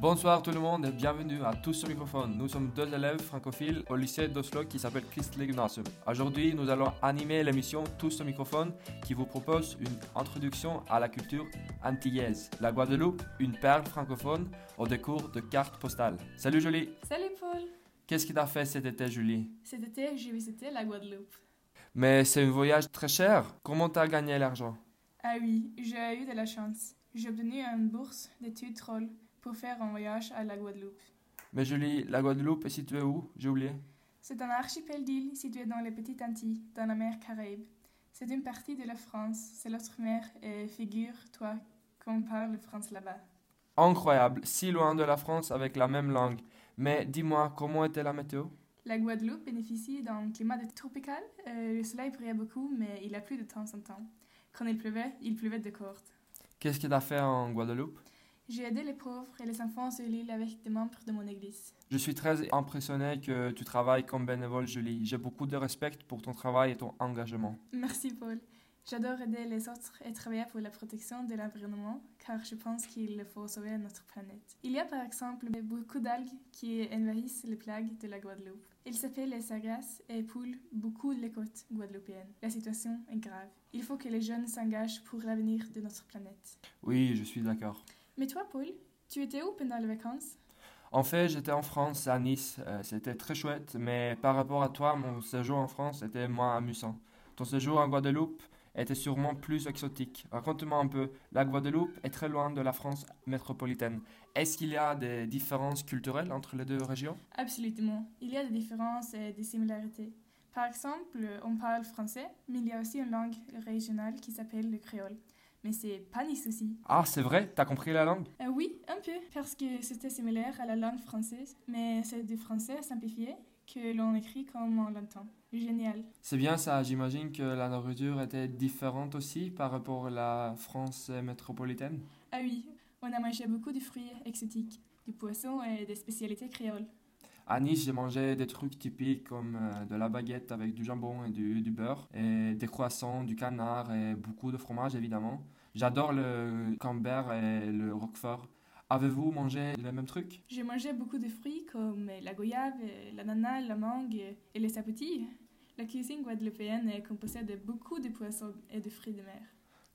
Bonsoir tout le monde et bienvenue à tous sur microphone. Nous sommes deux élèves francophiles au lycée d'Oslo qui s'appelle Christelig Gymnasium. Aujourd'hui, nous allons animer l'émission Tous sur microphone qui vous propose une introduction à la culture antillaise. La Guadeloupe, une perle francophone au décours de cartes postales. Salut Julie, Salut Paul qu'est-ce qui t'a fait cet été Julie Cet été, j'ai visité la Guadeloupe. Mais c'est un voyage très cher. Comment t'as gagné l'argent Ah oui, j'ai eu de la chance. J'ai obtenu une bourse d'études troll pour faire un voyage à la Guadeloupe. Mais Julie, la Guadeloupe est située où J'ai oublié. C'est un archipel d'îles situé dans les Petites Antilles, dans la mer Caraïbe. C'est une partie de la France, c'est l'autre mer, et figure-toi qu'on parle France là-bas. Incroyable, si loin de la France avec la même langue. Mais dis-moi, comment était la météo La Guadeloupe bénéficie d'un climat de tropical. euh, le soleil brillait beaucoup, mais il a plu de temps en temps. Quand il pleuvait, il pleuvait de cordes. Qu'est-ce que t'as fait en Guadeloupe J'ai aidé les pauvres et les enfants sur l'île avec des membres de mon église. Je suis très impressionné que tu travailles comme bénévole, Julie. J'ai beaucoup de respect pour ton travail et ton engagement. Merci Paul. J'adore aider les autres et travailler pour la protection de l'environnement car je pense qu'il faut sauver notre planète. Il y a par exemple beaucoup d'algues qui envahissent les plages de la Guadeloupe. Ils s'appellent les sargasses et époulent beaucoup les côtes guadeloupéennes. La situation est grave. Il faut que les jeunes s'engagent pour l'avenir de notre planète. Oui, je suis d'accord. Mais toi Paul, tu étais où pendant les vacances En fait, j'étais en France, à Nice. Euh, C'était très chouette, mais par rapport à toi, mon séjour en France était moins amusant. Ton séjour en Guadeloupe était sûrement plus exotique. Raconte-moi un peu, la Guadeloupe est très loin de la France métropolitaine. Est-ce qu'il y a des différences culturelles entre les deux régions Absolument. Il y a des différences et des similarités. Par exemple, on parle français, mais il y a aussi une langue régionale qui s'appelle le créole. Mais c'est pas ni souci. Ah, c'est vrai, t'as compris la langue Euh, oui, un peu, parce que c'était similaire à la langue française, mais c'est du français simplifié que l'on écrit comme on l'entend. Génial. C'est bien ça, j'imagine que la nourriture était différente aussi par rapport à la France métropolitaine. Ah oui, on a mangé beaucoup de fruits exotiques, du poisson et des spécialités créoles. À Nice, j'ai mangé des trucs typiques comme euh, de la baguette avec du jambon et du, du beurre, et des croissants, du canard et beaucoup de fromage évidemment. J'adore le camembert et le roquefort. Avez-vous mangé les mêmes trucs J'ai mangé beaucoup de fruits comme la goyave, l'ananas, la mangue et les sapotilles. La cuisine guadeloupéenne est composée de beaucoup de poissons et de fruits de mer.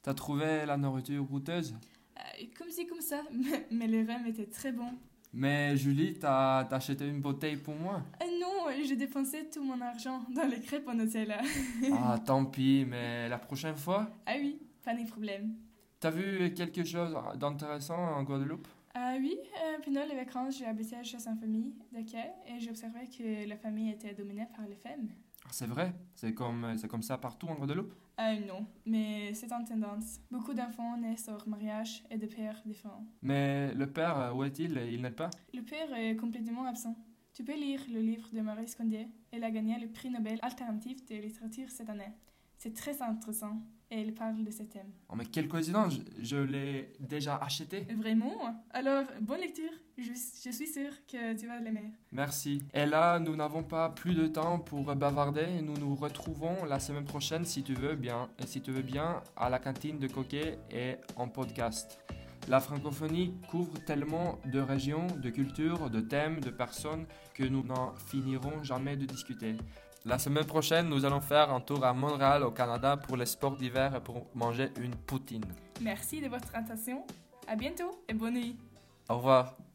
T'as trouvé la nourriture goûteuse Euh, comme ci, comme ça, mais, mais le rhum était très bon. Mais Julie, t'as t'as acheté une bouteille pour moi Ah non, j'ai dépensé tout mon argent dans les crêpes en Nutella. Ah, tant pis, mais la prochaine fois Ah oui, pas de problème. T'as vu quelque chose d'intéressant en Guadeloupe Ah oui, euh, pendant les vacances, j'ai habité chez une famille d'accueil et j'observais que la famille était dominée par les femmes. Ah, C'est vrai, c'est comme, c'est comme ça partout en Guadeloupe. Ah non, mais c'est en tendance. Beaucoup d'enfants naissent hors mariage et de pères différents. Mais le père, euh, où est-il Il n'aide pas Le père est complètement absent. Tu peux lire le livre de Maurice Condé. Elle a gagné le prix Nobel alternatif de littérature cette année. C'est très intéressant et elle parle de ce thème. Oh, mais quelle coïncidence, je, je l'ai déjà acheté. Vraiment Alors, bonne lecture. Je, je suis sûre que tu vas l'aimer. Merci. Et là, nous n'avons pas plus de temps pour bavarder. Nous nous retrouvons la semaine prochaine, si tu veux bien, et si tu veux bien, à la cantine de Coquet et en podcast. La francophonie couvre tellement de régions, de cultures, de thèmes, de personnes que nous n'en finirons jamais de discuter. La semaine prochaine, nous allons faire un tour à Montréal, au Canada, pour les sports d'hiver et pour manger une poutine. Merci de votre attention. À bientôt et bonne nuit. Au revoir.